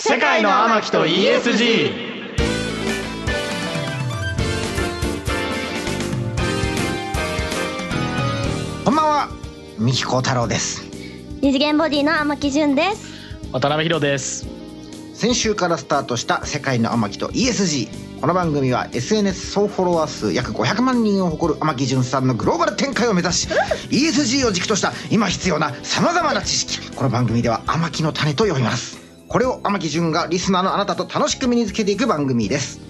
世界の天木と ESG こんばんは、三木幸太郎です。二次元ボディの天木純です。渡辺博です先週からスタートした世界の天木と ESG。この番組は SNS 総フォロワー数約500万人を誇る天木純さんのグローバル展開を目指し、ESG を軸とした今必要な様々な知識。この番組では天木の種と呼びます。これを天木純がリスナーのあなたと楽しく身につけていく番組です。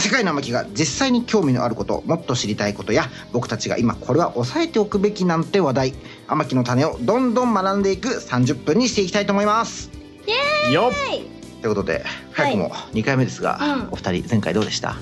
世界の天木が実際に興味のあることもっと知りたいことや僕たちが今これは抑えておくべきなんて話題天木の種をどんどん学んでいく30分にしていきたいと思いますよっということで早くも2回目ですが、うんお二人前回どうでした、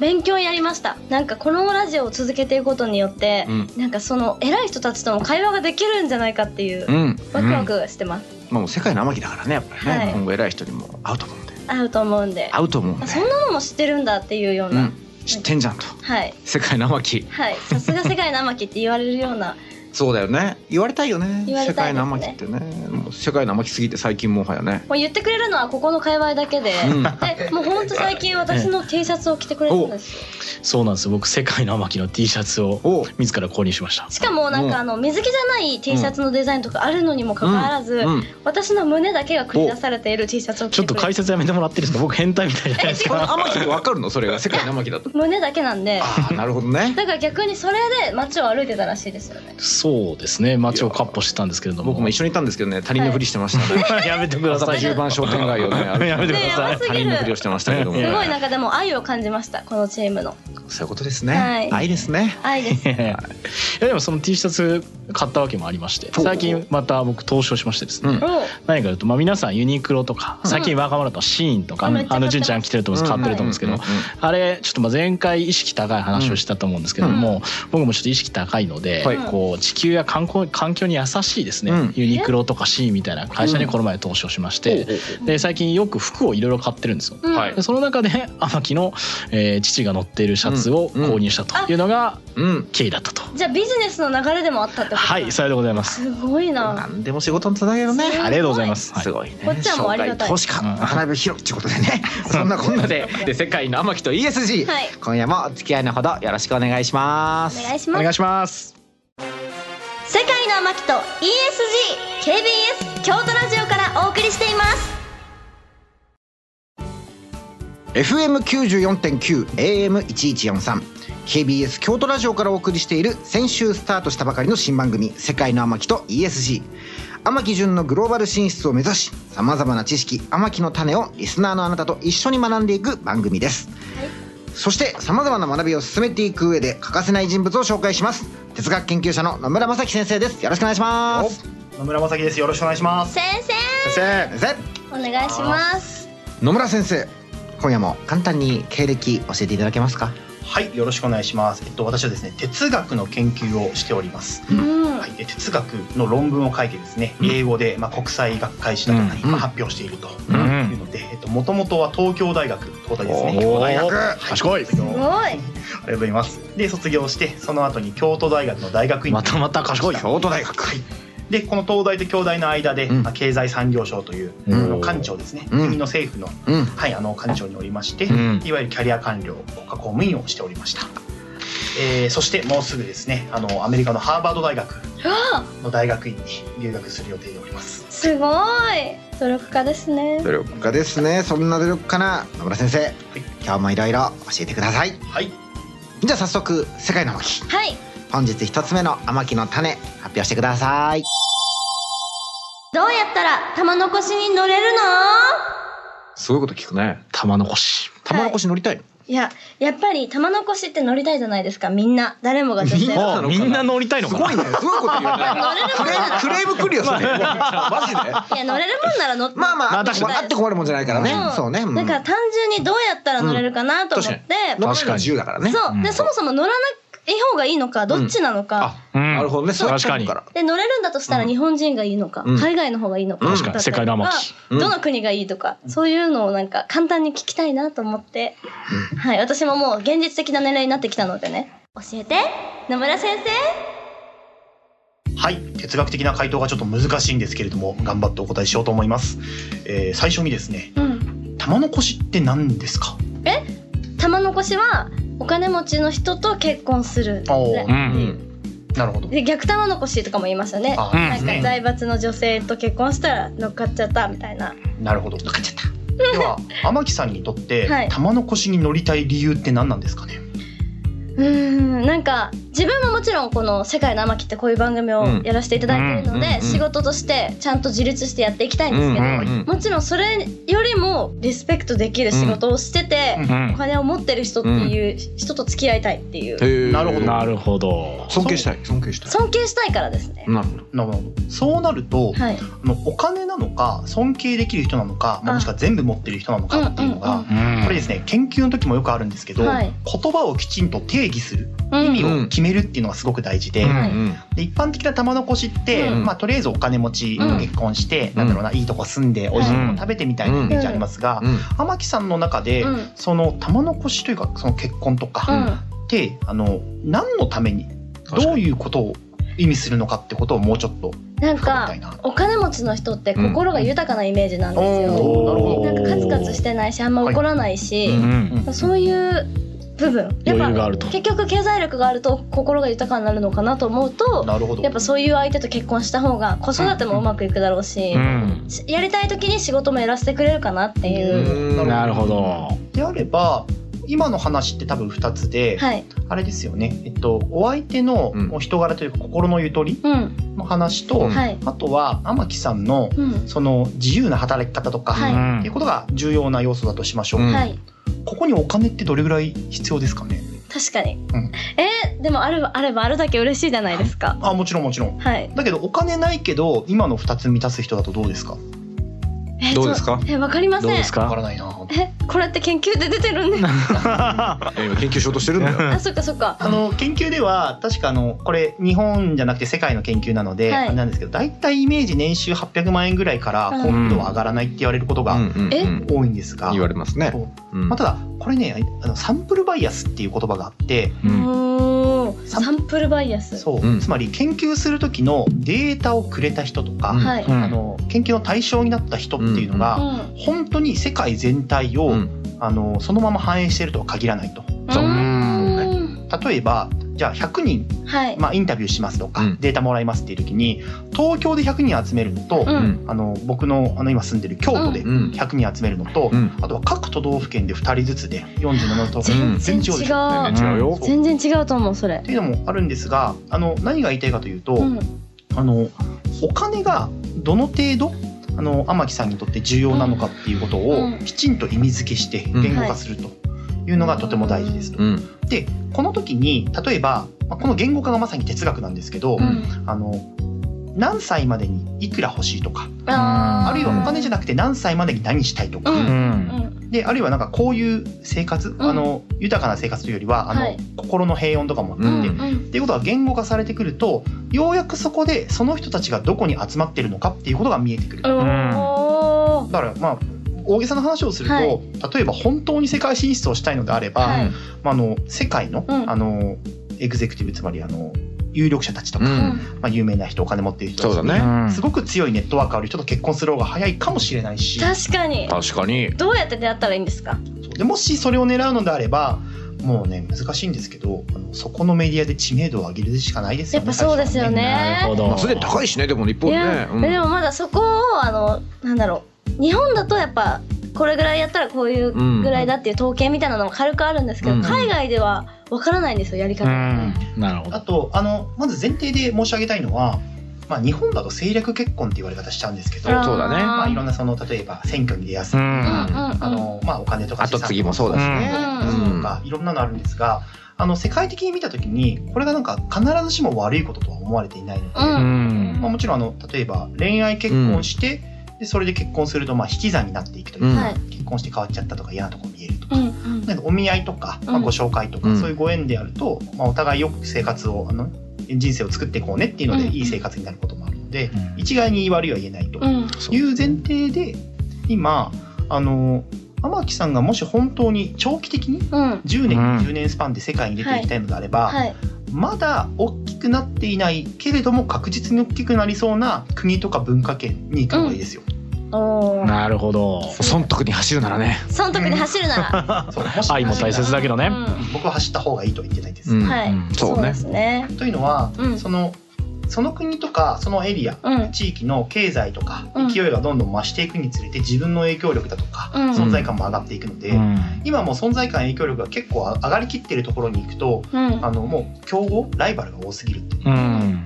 勉強になりました。なんかこのラジオを続けていくことによって、うんなんかその偉い人たちとの会話ができるんじゃないかっていう、んワクワクしてます。うんもう世界の天木だからねやっぱりね、はい今後偉い人にも会うと思うんで合うと思うんで。会うと思うんであそんなのも知ってるんだっていうよううな。ん、知ってんじゃんとはい世界の天木はい。さすが世界の天木って言われるような。そうだよね言われたいよね言われ世た界いですの天ね木ってねもう世界の天木すぎて最近もはやねもう言ってくれるのはここの界隈だけで、うんでもうほんと最近私の T シャツを着てくれたんですよそうなんですよ僕世界の天木の T シャツをおう自ら購入しましたしかもなんかあの水着じゃない T シャツのデザインとかあるのにもかかわらず、うん私の胸だけが繰り出されている T シャツを着ちょてっとくれ解説やめてもらっていいですか僕変態みたいじゃない ですこのか天木でわかるのそれが世界の天木だと胸だけなんで ああなるほどねだから逆にそれで街を歩いてたらしいですよねそうですね街をカッポしてたんですけれども僕も一緒にいたんですけどね他人のふりしてま したね、やめてくだ朝さい10番商店街をね歩いてやめてくださいねえ他人のふりをしてましたけどもいすやごいなんかでも愛を感じましたこのチームのそういうことですね、はい愛ですね愛です いやでもその T シャツ買ったわけもありましてほう最近また僕投資をしましてですね、うんおう何かというと、まあ、皆さんユニクロとか最近若者とシーンとか、あめっちゃ買あのってます純ちゃん着てると思うんです買ってると思うんですけど、うんうんうあれちょっとまあ前回意識高い話をしたと思うんですけども、僕もちょっと意識高いので、はいこう地球や観光環境に優しいですね、うんユニクロとかシーンみたいな会社にこの前投資をしまして、で最近よく服をいろいろ買ってるんですよ。うんはいでその中で 天木の、えー父が乗っているシャツを購入したというのがんうん経緯だったと。じゃあビジネスの流れでもあったってことはい、さようでございます。すごいな何でも仕事につなげるねすごいありがとうございます。はいすごいねこっちはもうありがた紹介い投資家うん渡辺宏ってことで ねそんなこんなでで世界の天木と ESG、はい今夜もお付き合いのほどよろしくお願いしまおす願いしおます願いします。世界の天木と ESGKBS 京都ラジオからお送りしています FM94.9AM1143 KBS 京都ラジオからお送りしている先週スタートしたばかりの新番組「世界の天木と ESG」天木純のグローバル進出を目指しさまざまな知識天木の種をリスナーのあなたと一緒に学んでいく番組です、そしてさまざまな学びを進めていく上で欠かせない人物を紹介します哲学研究者の野村正樹先生ですよろしくお願いします野村正樹です。よろしくお願いします。先生先生お願いします野村先生今夜も簡単に経歴教えていただけますかはい、よろしくお願いします。えっと私はですね、哲学の研究をしております。うんはい、え哲学の論文を書いてですね、英語でまあ国際学会誌だったり、うんまあ発表していると。ういうので、えっと元々は東京大学東大ですおね。ー京都大学。学賢い。卒す業あごいりがとうございます。で卒業して、その後に京都大学の大学院にまたまた賢い。京都大学はい。でこの東大と京大の間で、うんまあ経済産業省という、うんあの官庁ですね、うん国の政府のうんはい、あの官庁におりまして、うんいわゆるキャリア官僚国家公務員をしておりました、えーそしてもうすぐですねあのアメリカのハーバード大学あの大学院に留学する予定でおりますすごい努力家ですね努力家ですねそんな努力家な野村先生、今日もいろいろ教えてくださいはいじゃあ早速世界の天木はい本日一つ目の天木の種発表してくださいどうやったら玉の腰に乗れるのすごいこと聞くね玉残し。玉の腰乗りたい、いや、やっぱり玉の腰って乗りたいじゃないですか、みんの誰もが女性なは。のかなみんな乗りたいのすかごないねすごいこと言うねクレームクレーム来るよそれマジでいや、乗れるもんなら乗って。まあまあ、まああって確困かにあって困るもんじゃないからね、そうね、うん、だから単純にどうやったら乗れるかなと思って、乗る確かのはに自由だからねそう、で、そもそも乗らない方がいいのか、どっちなのか、あ、うんなるほどねそういう確かにことからで、乗れるんだとしたら日本人がいいのか、うん海外の方がいいのか、うんだったりと確かに世界の天気うんどの国がいいとか、そういうのをなんか簡単に聞きたいなと思って、はい、私ももう現実的な年齢になってきたのでね、教えて、野村先生はい哲学的な回答がちょっと難しいんですけれども頑張ってお答えしようと思います、えー最初にですねうん。玉の輿って何ですか玉の輿はお金持ちの人と結婚する。おねーううんんなるほどで逆玉の輿とかも言いますよね。あうんーなんか財閥の女性と結婚したら乗っかっちゃったみたいな。なるほどかっちゃったでは天木さんにとって、はい玉の腰に乗りたい理由って何なんですかねうーんなんか自分ももちろんこの「世界の天木」ってこういう番組をやらせていただいているうんので、うんうんうん仕事としてちゃんと自立してやっていきたいんですけど、うんうんうんもちろんそれよりもリスペクトできる仕事をしてて、うんうんお金を持ってる人っていう人と付き合いたいっていう、へーなるほどなるほど尊敬したい尊敬したい尊敬したいからですね。なるほどなるほどそうなると、はい、あのお金なのか尊敬できる人なのかあもしくは全部持ってる人なのかっていうのが、うんうんこれですね研究の時もよくあるんですけど、はい言葉をきちんと定義するうん意味を決めるっていうのがすごく大事で,、はいうんで一般的な玉の輿って、うんまあ、とりあえずお金持ちと結婚して、んなんだろうないいとこ住んで美味しいもの食べてみたいなイメージありますが、うん天木さんの中で、うんその玉の輿というかその結婚とか、ってあの何のために確かにどういうことを意味するのかってことをもうちょっとなん深めかたいな。お金持ちの人って心が豊かなイメージなんですよ。おーなるーなほんかカツカツしてないしあんま怒らないし、はいうんど。そういう部分やっ余ぱ裕があると結局経済力があると心が豊かになるのかなと思うとなるほど。やっぱそういう相手と結婚した方が子育てもうまくいくだろうし、うんしやりたい時に仕事もやらせてくれるかなっていう、うんなるほどであれば今の話って多分2つで、はい、あれですよね、えっと、お相手のうんお人柄というか心のゆとりうん、の話と、はいあとは天木さんのうん、その自由な働き方とか、はういんっていうことが重要な要素だとしましょう、うんはい、ここにお金ってどれぐらい必要ですかね確かに、うんえーでもあればあればあるだけ嬉しいじゃないですか、あもちろんもちろんはい、だけどお金ないけど今の2つ満たす人だとどうですかえーどうですかちょえーわかりませどんうですわかからないなえこれって研究で出てるんでえ今研究しようとしてるんだよあそっかそっかあの研究では確かあのこれ日本じゃなくて世界の研究なので、はいあれなんですけど大体イメージ年収800万円ぐらいからうん幸福度は上がらないって言われることがうんうんうんえ多いんですが、言われますねそううんまあ、ただこれねあのサンプルバイアスっていう言葉があってうーんサンプルバイアスそう、うんつまり研究する時のデータをくれた人とか、うんはい、あの研究の対象になった人っていうのうが、ん本当に世界全体を、うんあのそのまま反映しているとは限らないと。そうううんん例えばじゃあ100人はい、まあ、インタビューしますとか、うんデータもらいますっていう時に東京で100人集めるのと、うんうんあの僕のあの今住んでる京都でうんうん100人集めるのと、うんあとは各都道府県で2人ずつで47都道府県全全然全然違うで違うしょ全然違うよ全然違うと思うそれっ。ていうのもあるんですがあの何が言いたいかというと、うん、あのお金がどの程度あの天木さんにとって重要なのかっていうことをうんきちんと意味付けしてん言語化するというのがとても大事ですと。うんでこの時に例えば、まあ、この言語化がまさに哲学なんですけど、うんあの何歳までにいくら欲しいとかああるいはお金じゃななくて何歳までに何したいとか、うんうんであるいはなんかこういう生活、んあの豊かな生活というよりはあの、はい心の平穏とかもあって、うんっうんていうことが言語化されてくるとようやくそこでその人たちがどこに集まってるのかっていうことが見えてくる。うん、おーだからまあ大げさな話をすると、はい例えば本当に世界進出をしたいのであれば、はいまあ、あの世界の,、うんあのエグゼクティブつまりあの有力者たちとうか、うんんまあ、有名な人お金持っている人たちそうだねすごく強いネットワークある人と結婚する方が早いかもしれないし確かに確かにどうやって出会ったらいいんですか。でもしそれを狙うのであればもうね難しいんですけどあのそこのメディアで知名度を上げるしかないですやよっね。ぱそうですよねなる。ほどまあすでに高いしねでも日い本ねや、うんでもまだそこをあのなんだろう日本だとやっぱこれぐらいやったらこういうぐらいだっていう統計みたいなのも軽くあるんですけど、うん海外ではわからないんですよやりう方。んなるほあどとあのまず前提で申し上げたいのは、まあ、日本だと政略結婚って言われ方しちゃうんですけどあーそうだねまあ、いろんなその例えば選挙に出やすうい、うんんあうんうん。のまあ、お金とか後継ぎもそうだしねうんとかいろんなのあるんですがあの世界的に見た時にこれがなんか必ずしも悪いこととは思われていないので、うんうんまあ、もちろんあの例えば恋愛結婚して、でそれで結婚するとまあ引き算になっていくといううんか、はい。結婚して変わっちゃったとか嫌なとこ見えるとか。うんうん。なんかお見合いとか、まあ、うんご紹介とか、うんそういうご縁であると、まあ、お互いよく生活をあの人生を作っていこうねっていうので、うんいい生活になることもあるので、うん一概に言い悪いは言えないとうんいう前提で今あの天木さんがもし本当に長期的にうん。 10年、うん20年スパンで世界に出ていきたいのであれば、はい。まだ大きくくなっていないけれども確実に大きくなりそうな国とか文化圏に行くのがいいですよ。おーなるほど損得に走るならね損得で走るなそうもし愛も大切だけどら、ね、う僕は走った方がいいとは言ってないです。うんん、はい、うんそうねですねというのは、うんそのその国とかそのエリアうん地域の経済とかうん勢いがどんどん増していくにつれて自分の影響力だとかうん存在感も上がっていくので、今もう存在感影響力が結構上がりきってるところに行くとうんあのもう競合ライバルが多すぎるっていううん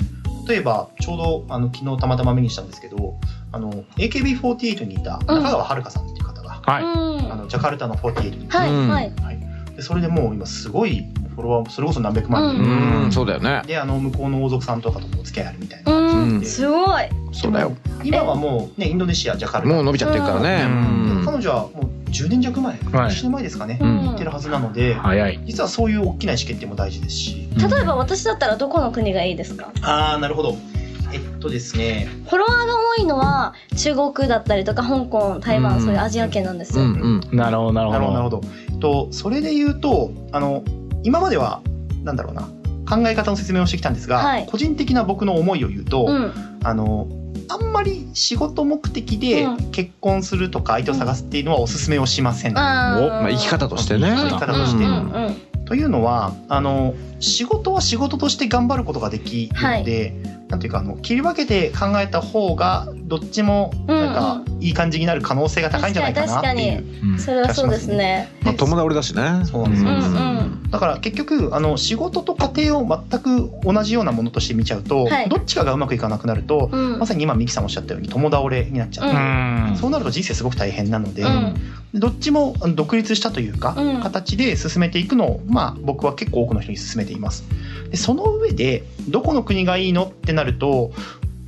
例えばちょうどあの昨日たまたま目にしたんですけどあの AKB48 にいた中川遥さんっていう方が、はいあはのジャカルタの48に、い、うんはい、でそれでもう今すごいフォロワーもそれこそ何百万人、うんそうだよねであの向こうの王族さんとかともお付き合いあるみたいな。ううん、んすごい、そうだよ今はもうねインドネシアジャカルタもう伸びちゃってるからねうん彼女はもう10年弱前、はい1年前ですかね、ううんん行ってるはずなので、早い実はそういう大きな意思決定も大事ですし例えば私だったらどこの国がいいですかああなるほどえっとですねフォロワーが多いのは中国だったりとか香港台湾、うんそういうアジア圏なんですうよ、んうんなるほどなるほどなるほどなるほどえっとそれで言うとあの今まではなんだろうな考え方の説明をしてきたんですが、はい個人的な僕の思いを言うと、うんあのあんまり仕事目的でうん結婚するとか相手を探すっていうのはお勧めをしません、あーおまあ生き方としてね生き方として、うんうんうんというのはあの仕事は仕事として頑張ることができるので、なんていうかあの切り分けて考えた方がどっちもなんかいい感じになる可能性が高いんじゃないかなっていう。うん、それはそうですねまあ友倒れだしねそうなんですようんだから結局あの仕事と家庭を全く同じようなものとして見ちゃうと、はいどっちかがうまくいかなくなると、うんうんまさに今ミキさんおっしゃったように共倒れになっちゃって、うんそうなると人生すごく大変なので、うんどっちもあの独立したというか、うん形で進めていくのを、まあ、僕は結構多くの人に勧めていますでその上でどこの国がいいのってなると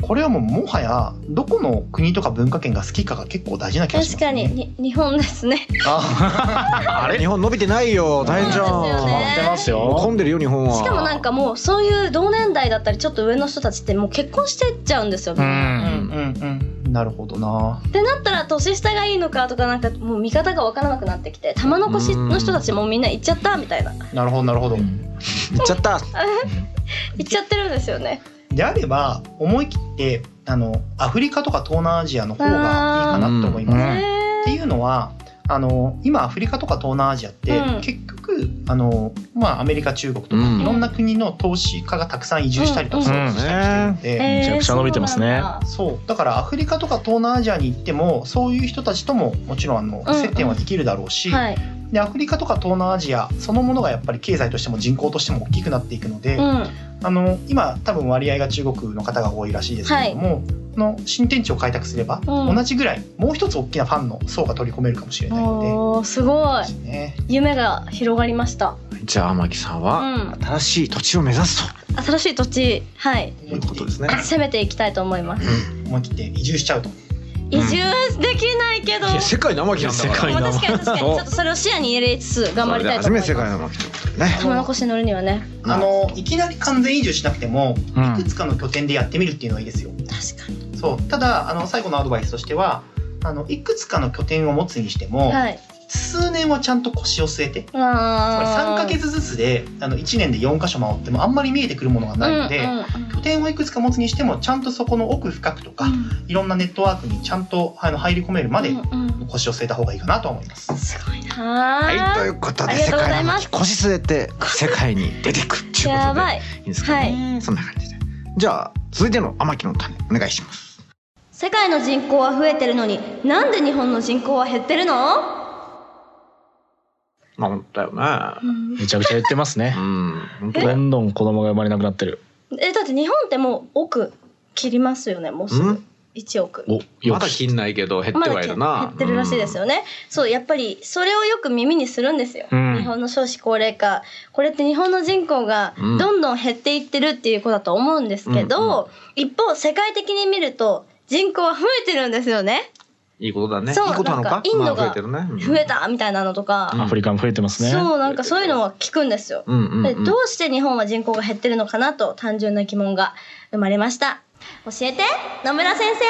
これはもうもはやどこの国とか文化圏が好きかが結構大事な気がしま確す、ね、かにに日本ですねああれ日本伸びてないよ大変じゃそうですよねんやってますよ混んでるよ日本はしかもなんかもうそういう同年代だったりちょっと上の人たちってもう結婚してっちゃうんですよ、ううんんうんうんなるほどなってなったら年下がいいのかとかなんかもう見方が分からなくなってきて玉のこしの人たちもみんな行っちゃったみたいななるほどなるほど、行っちゃった行っちゃってるんですよねであれば思い切ってあのアフリカとか東南アジアの方がいいかなと思います、うんへっーていうのはあの今アフリカとか東南アジアって、うん結局あの、まあ、アメリカ中国とか、うんいろんな国の投資家がたくさん移住したりとかうんそうしたりしてるので、めちゃくちゃ伸びてますねえーそうなんだそうだからアフリカとか東南アジアに行ってもそういう人たちとももちろんあのうんうん接点はできるだろうし、はい、でアフリカとか東南アジアそのものがやっぱり経済としても人口としても大きくなっていくので、うん、あの今多分割合が中国の方が多いらしいですけれども、この新天地を開拓すれば、うん同じぐらいもう一つ大きなファンの層が取り込めるかもしれないので。おーすごいね、夢が広がりました、じゃあ天木さんうはん、新しい土地を目指す新しい土地はいということですね攻めていきたいと思います思い切って移住しちゃうと。移住できないけど、いや世界の天木なんだから世界まあ確かに確かにちそうょっとそれを視野に入れつつ頑張りたいと思いまそすれで初めて世界の天木ということでね玉のこし乗るにはねあのいきなり完全移住しなくてもういくんつかの拠点でやってみるっていうのはいいですよ。確かにそうただあの最後のアドバイスとしてはあのいくつかの拠点を持つにしても、はい数年はちゃんと腰を据えてつまりあ3ヶ月ずつであの1年で4か所回ってもあんまり見えてくるものがないので、うんうんうん拠点をいくつか持つにしてもちゃんとそこの奥深くとか、いろんなネットワークにちゃんとあの入り込めるまでうんうん腰を据えた方がいいかなと思います。すごいなーはいということでありが世とうござい界のま天す木腰据えて世界に出てくっていうことでやばいいいですかね そんな感じでじゃあ続いての天木の種お願いします世界の人口は増えてるのになんで日本の人口は減ってるの、まあ本当だよねめちゃくちゃ減ってます ねうん本当だどよんどん子供が生まれなくなってるえだって日本ってもう億切りますよねもうすうぐん1億およまくだ知っ切んないけど減ってはいる減なってるらしいですよね、そうやっぱりそれをよく耳にするんですよ、うん日本の少子高齢化これって日本の人口がうんどんどん減っていってるっていうことだと思うんですけど、一方世界的に見ると人口は増えてるんですよねいいことだねそういいことなのなかんかインドがまあ増えてるねうん増えたみたいなのとか、アフリカも増えてますねそうなんかそういうのは聞くんですよ、うんうんでうんどうして日本は人口が減ってるのかなと単純な疑問が生まれました教えて野村先生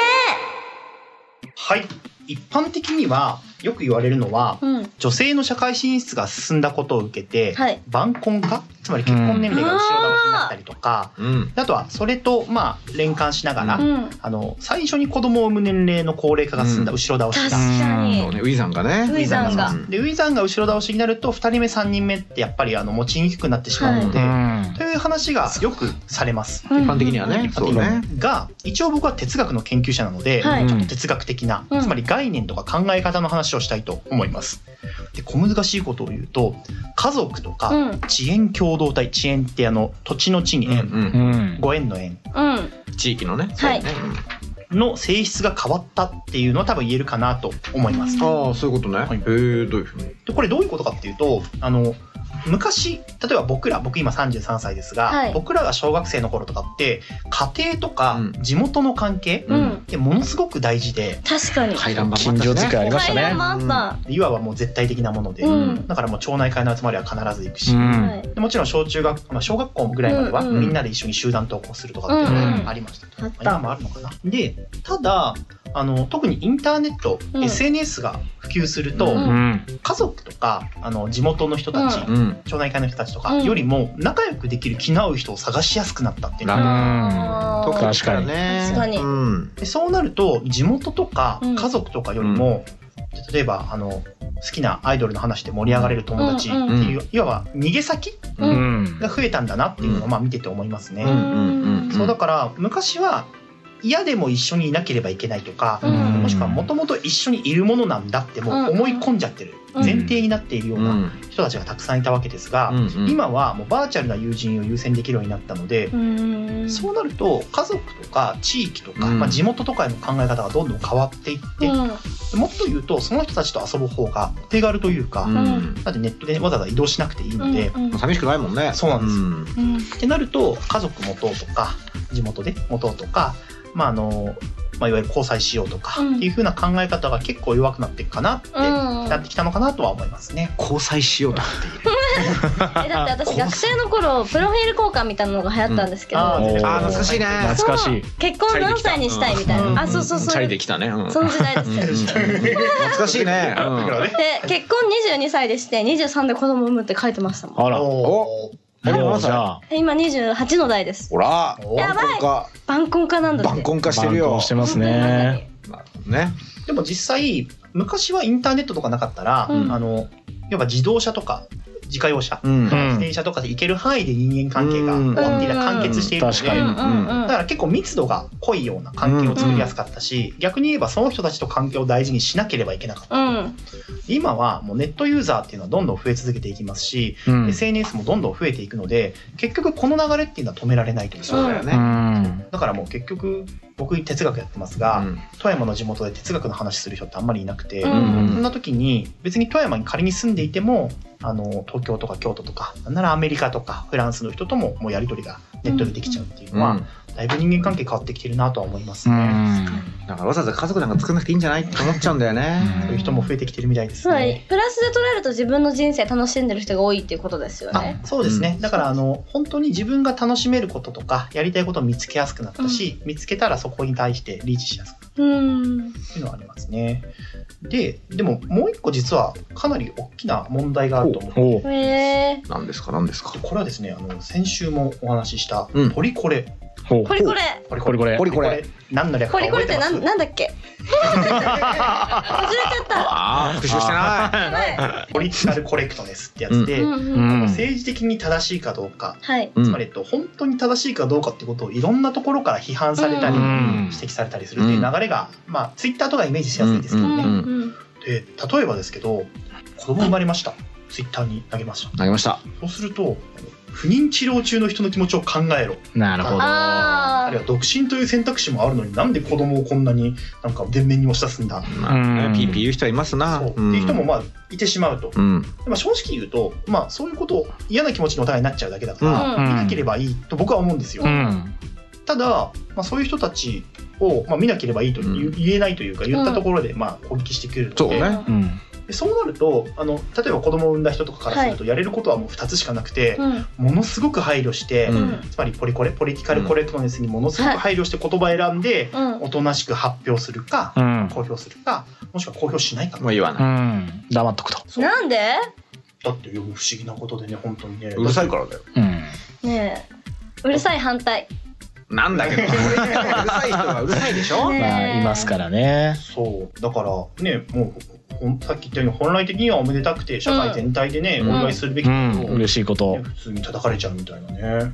はい一般的にはよく言われるのはうん。女性の社会進出が進んだことを受けて、はい晩婚化つまり結婚年齢が後ろ倒しになったりとか、うんあとはそれとまあ連関しながら、うん。あの最初に子供を産む年齢の高齢化が進んだうん後ろ倒し確が、かそうに。ねウィザンがねウィザンが。でウィザンが後ろ倒しになると2人目3人目ってやっぱりあの持ちにくくなってしまうので、うんという話がよくされます。一一般的にはねそうねが一応僕は哲学の研究者なので、はいちょっと哲学的な、うんつまり概念とか考え方の話をしたいと思います。で小難しいことを言うと家族とうかん。地縁共同体地縁ってあの土地の地にうんう縁、うんんご縁の縁うん。地域のねはいそうねうんの性質が変わったっていうのは多分言えるかなと思います。ああそういうことねはへえいどういうふうにでこれどういうことかっていうとあの昔例えば僕ら僕今33歳ですが、はい僕らが小学生の頃とかって家庭とかうん地元の関係ううんん。ってものすごく大事で確かに。階段近所付き合いありました階段ねもあっいわばもう絶対的なもので、うんだからもう町内会の集まりは必ず行くし、た。んはい。でもちろん小中学校、まあ、小学校ぐらいまではうんうんみんなで一緒に集団登校するとかっていうのうんがありました、あっまあ今た。もあるのかなでただあの特にインターネット、うん SNS が普及すると、うんうん家族とかあの地元の人たち、うん町内会の人たちとかうんよりも仲良くできる気の合う人を探しやすくなったっていうのなるあーとか確かにね確かにうんでそうなると地元とかうん家族とかよりも、例えばあの好きなアイドルの話で盛り上がれる友達っていう、うんうんうんいわば逃げ先ううんんが増えたんだなっていうのをまあ見てて思いますね。うんうんうんうんそうだから昔は嫌でも一緒にいなければいけないとか、うんもしくはもともと一緒にいるものなんだってもう思い込んじゃってる、うん前提になっているよううんな人たちがたくさんいたわけですが、うん今はもうバーチャルな友人を優先できるようになったので、うん。そうなると家族とか地域とか、うんまあ、地元とかへの考え方がどんどん変わっていって、うん。もっと言うとその人たちと遊ぶ方が手軽というか、ううんんだってネットでわざわざ移動しなくていいので、うんうん寂しくないもんねそうなんですよんうんってなると家族持とうとか地元で持とうとか、まああのまあ、いわゆる交際しようとか、うんっていう風な考え方が結構弱くなっていくかなって、うんなってきたのかなとは思いますね。交際しよ うと思っているえだって私学生の頃プロフィール交換みたいなのが流行ったんですけど、あーあー懐かしいねそ懐かのしい結婚何歳にしたいみたいな、うんあそうそうチそャうリいでうきたねうんその時代ですよ、懐かしいねうだかんらねで結婚22歳でして23で子供産むって書いてましたもんあらもおーうじゃあ今28の代ですほらおやーばい晩婚化晩婚化なんだって晩婚化してるよ晩婚してますねなるほどねでも実際昔はインターネットとかなかったら、うんあの要は自動車とか自家用車、うんうん自転車とかで行ける範囲で人間関係がうんコミュニティが完結しているので、確かうにんうんうんだから結構密度が濃いような関係を作りやすかったし、逆に言えばその人たちと関係を大事にしなければいけなかった。うん今はもうネットユーザーっていうのはどんどん増え続けていきますし、うん SNS もどんどん増えていくので結局この流れっていうのは止められないというかそうだようねんだからもう結局僕哲学やってますが、うん富山の地元で哲学の話する人ってあんまりいなくて、うんうんそんな時に別に富山に仮に住んでいてもあの東京とか京都とかなんならアメリカとかフランスの人とももうやり取りがネットでできちゃうっていうのは、だいぶ人間関係変わってきてるなとは思いますうね。んだからわざわざ家族なんか作んなくていいんじゃないって思っちゃうんだよねそういう人も増えてきてるみたいでつすまねり。プラスで捉えると自分の人生楽しんでる人が多いっていうことですよあねそうですね、うんだからあの本当に自分が楽しめることとかやりたいことを見つけやすくなったし、見つけたらそこに対してリーチしやすくなるうんっていうのはありますねででももう一個実はかなり大きな問題があると思うおう へえ何ですか何ですかこれはですねあの先週もお話ししたうんポリコレ、おうこれこれポリこれこれポリコレ何の略こかれこ覚れえっててまなすんなんだっけ忘れちゃったああ復習してなやばいポリティカルコレクトネスってやつで、うんううんん政治的に正しいかどうかはいいつまり、えっと、本当に正しいかどうかってことをいろんなところから批判されたり、うん指摘されたりするっていう流れが、まあ、ツイッターとかイメージしやすいですけうどんね、うんで例えばですけど子供生まれましたツイッターに投げました投げましたそうすると不妊治療中の人の気持ちを考えろなるほどああるいは独身という選択肢もあるのになんで子供をこんなになんか全面に押し出すんだまあうんピーピー言う人はいますなそうってんいう人もまあいてしまうと、うんまあ、正直言うと、まあ、そういうことを嫌な気持ちのお互いになっちゃうだけだかあら、うんうん見なければいいと僕は思うんですよ。うんただ、まあ、そういう人たちを、まあ、見なければいいという、うん言えないというか言ったところで、まあ、攻撃してくるので、そうねうんでそうなるとあの例えば子供を産んだ人とかからすると、やれることはもう2つしかなくて、うんものすごく配慮して、うんつまりポリコレポリティカルコレクトネスにものすごく配慮して言葉選んで、うんおとなしく発表するか、うん公表するかもしくは公表しないかもう言わうない。ん黙っとくと。なんでだってよく不思議なことでね本当にねうるさいからだよ。うん。ねえうるさい反対なんだけど。うるさい人はうるさいでしょ。ねえまあいますからね。そうだからねもうほんさっき言ったように本来的にはおめでたくて社会全体でね、うんお祝いするべきことを、嬉しいこねと。普通に叩かれちゃうみたいなね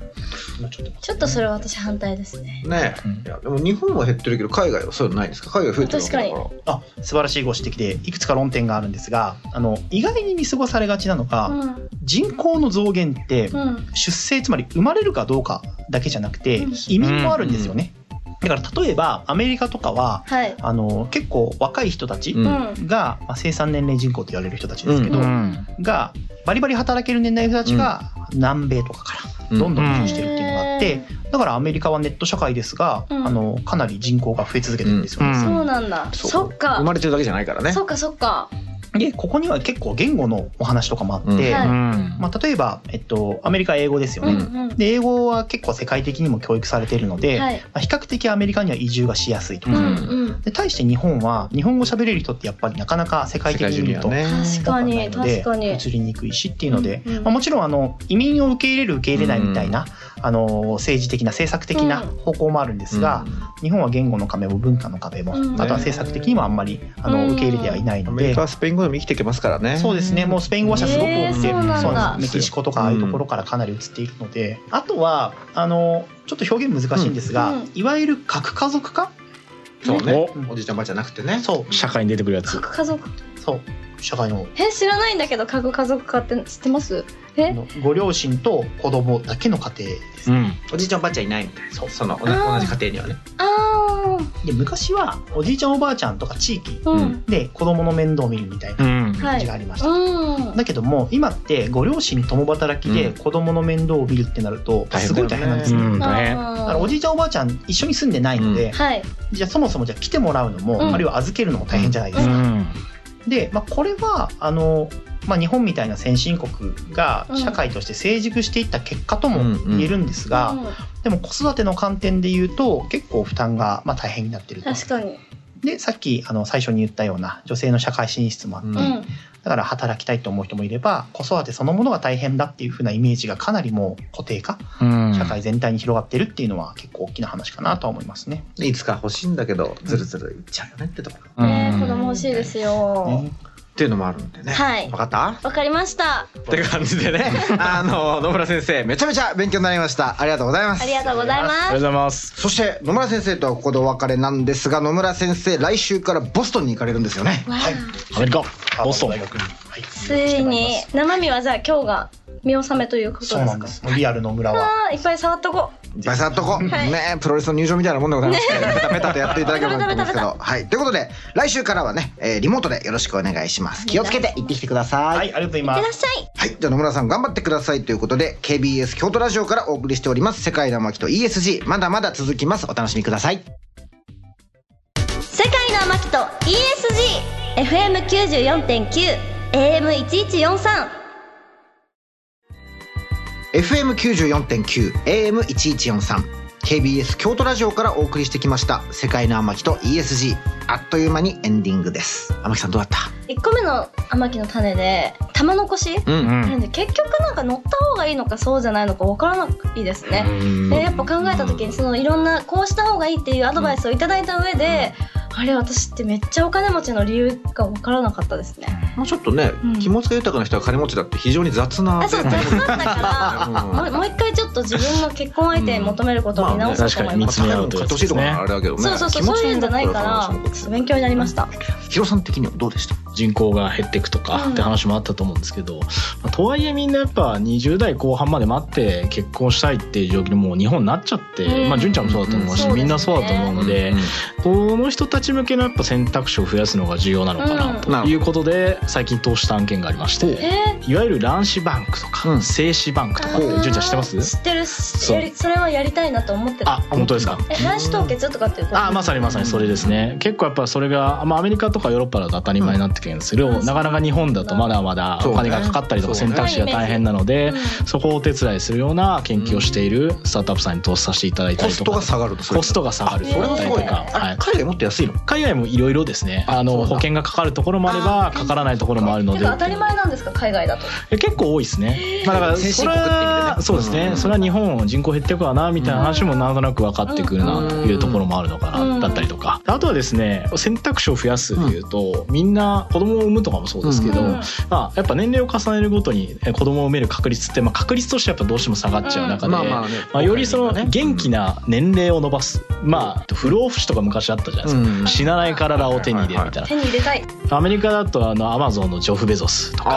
なっちゃってますちょっとそれは私反対ですねねえうんいやでも日本は減ってるけど海外はそういうのないんですか海外増えてるわけだからあ素晴らしいご指摘でいくつか論点があるんですがあの意外に見過ごされがちなのが、うん人口の増減ってうん出生つまり生まれるかどうかだけじゃなくてうん移民もあるんですよね、だから例えばアメリカとかははいあの結構若い人たちううんんが、まあ、生産年齢人口と言われる人たちですけど、うんうん。がバリバリ働ける年代の人たちが南米とかからどんどん移住してるっていうのがあって、だからアメリカはネット社会ですが、うんあのかなり人口が増え続けてるんですよね。うんそうなんだそうそっ生かまれてるだけじゃないからねそっかそっかでここには結構言語のお話とかもあって、うんはいうん。まあ、例えば、えっと、アメリカ英語ですようんね。うんで英語は結構世界的にも教育されているので、はいまあ比較的アメリカには移住がしやすいとうか、んうんで対して日本は日本語喋れる人ってやっぱりなかなか世界世的界中にに見るはとね確かに確かに移りにくいしっていうので、うんうんまあ、もちろんあの移民を受け入れる受け入れないみたいな、あの政治的な政策的なうん方向もあるんですが、日本は言語の壁も文化の壁も、うんあとは政策的にはあんまりあのうん受け入れてはいないアのメでリカ。はスペイン語でも生きていけますからねそうですねもうスペイン語話者すごく多くて、へーそうなんだなんですメキシコとかああいうところからかなり移っているので、あとはあのちょっと表現難しいんですが、うんいわゆる核家族化そうねおおじいちゃんばあちゃんなくてねそう社会に出てくるやつ。核家族そう社会のえ知らないんだけど核家族化って知ってますえご両親と子供だけの家庭です、うん。おじいちゃんばあちゃんいないみたいなそうその同じあー同じ家庭にはねあで昔はおじいちゃんおばあちゃんとか地域あううんんで子供の面倒を見るみたいなうん。は感じいがありました、うんだけども今ってご両親共働きでうん子供の面倒を見るってなると大す変ごだいよね大変なんですうね、ん。ね。だからおはじいちゃんおばあちゃん一緒に住んでないので、いじゃあそもそもじゃあ来てもらうのも、うんあるいは預けるのも大変じゃないでうすか、ん。で、まあ、これはあの、まあ、日本みたいな先進国がうん社会として成熟していった結果とうもんうん言えるんですが、うんでも子育ての観点で言うと結構負担がまあ大変になってると確かにでさっきあの最初に言ったような女性の社会進出もあって、ううんんだから働きたいと思う人もいれば子育てそのものが大変だっていう風なイメージがかなりもう固定化うん。社会全体に広がってるっていうのは結構大きな話かなとは思いますね。いつか欲しいんだけどずるずるいっちゃうよねってところっねえ子供欲しいですよねていうのもあるんでねはいわかったわかりましたって感じでねあの野村先生めちゃめちゃ勉強になりましたありがとうございますありがとうござあいりがとうごますざいますそして野村先生とはここでお別れなんですが野村先生来週からボストンに行かれるんですよねわはいあアメリカ。ボストン。大学にはいついに生身はじゃあ今日が見納めということですそうかなんです。リアルの村はあーいっぱい触っとこうバサッとこ、はいねえプロレスの入場みたいなもんでございますから、ペタペタとやっていただければと思いますけどはいということで来週からはね、えーリモートでよろしくお願いします気をつけて行ってきてくださいはい、ありがとうございいってまらっす。しゃいはい。じゃあ野村さん頑張ってくださいということで、KBS 京都ラジオからお送りしております、世界の巻と ESG。まだまだ続きます。お楽しみください。世界の天木と ESGFM94.9AM1143 FM94.9、AM1143。KBS 京都ラジオからお送りしてきました、世界の天木と ESG。あっという間にエンディングです。天木さんどうだった1個目の天木の種で玉のこし、うんうんなんで結局なんか乗った方がいいのかそうじゃないのかわからないですね、でやっぱ考えた時にそのいろんなこうした方がいいっていうアドバイスをいただいた上で、あれ私ってめっちゃお金持ちの理由がわからなかったですねまあちょっとねうん気持ちが豊かな人は金持ちだって非常に雑なあそう雑なんだ かうらんもうもう一回ちょっと自分の結婚相手に求めることを見直そうと思い見まつす、め合うと買いうやってほつしでいすところねもあ。れだけどねそうそうそうそういうんじゃないからちょっと勉強になりましたヒロさん的にはどうでした人口が減っていくとかって話もあったと思うんですけど、まあとはいえみんなやっぱ20代後半まで待って結婚したいっていう状況にもう日本になっちゃって、うんまあ純ちゃんもそうだと思うし、うんみんなそうだと思うので、この人たち向けのやっぱ選択肢を増やすのが重要なのかななるほとどいうことで、最近投資と案件がありまして、えいわゆる卵子バンクとうかん精子バンクとかってー純ちゃん知ってます知ってるしそうやりそれはやりたいなと思ってたあ本当ですかえ卵子凍結とかっていうことあまさにまさにそれですね結構やっぱそれが、まあ、アメリカとかヨーロッパだと当たり前になって験するなかなか日本だとまだまだお金がかかったりとかそう選ね択肢が大変なのでうんそこをお手伝いするような研究をしているスタートアップさんに投資させていただいたコりスとトかが下がるとコストが下がるそれもすごいなとかはあい海外もっと安いの海外もいろいろですねあそうのなん保だ険がかかるところもあればあーかからないところもあるのてでか当たり前なんですか海外だとえ結構多いですね、まあ、だから先進そ国れって意味でねはそうですね、それは日本人口減ってくわなみたいな話もなんとなく分かってくるなというところもあるのかな、うんだったりとかあとはですね選択肢を増やすというと、みんな子供を産むとかもそうですけど、うんまあ、やっぱ年齢を重ねるごとにえ子供を産める確率って、まあ、確率としてやっぱどうしても下がっちゃう中で、あねまあ、よりその元気な年齢を伸ばす、まあ不老不死とか昔あったじゃないですか、うん死なない体を手に入れるみたいな手に入れたいアメリカだとあのアマゾンのジョフ・ベゾスとあか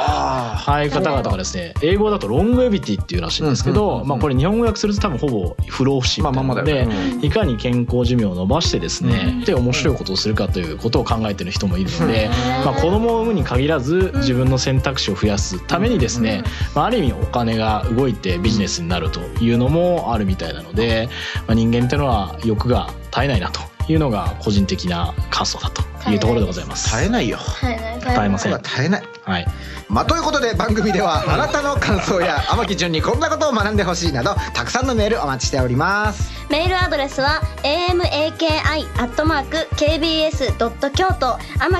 ああいう方々がですね英語だとロングエビティっていうらしいんですけど、うんうんうんうんまあ、これ日本語訳すると多分ほぼ不老不死みたいなので、いかに健康寿命を伸ばしてですね、うんで面白いことをするかということを考えてる人もいるので、まあ、子供を産むに限らず自分の選択肢を増やすためにですね、まあ、ある意味お金が動いてビジネスになるというのもあるみたいなので、まあ、人間ってのは欲が絶えないなというのが個人的な感想だというところでございます。絶えないよはいはいはい耐えませんは絶えないはいまあ、ということで番組ではあなたの感想や天木純にこんなことを学んでほしいなどたくさんのメールお待ちしておりますメールアドレスは amaki.kbs.kyoto 天木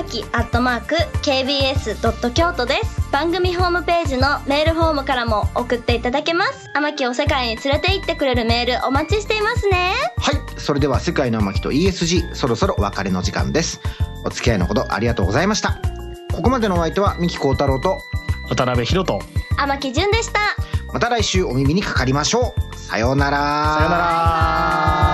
.kbs.kyoto です番組ホームページのメールフォームからも送っていただけます天木を世界に連れて行ってくれるメールお待ちしていますねはいそれでは「世界の天木と ESG」そろそろお別れの時間ですお付き合いのほどありがとうございましたここまでのお相手は三木幸太郎と渡辺博人天木純でしたまた来週お耳にかかりましょうさようならさようなら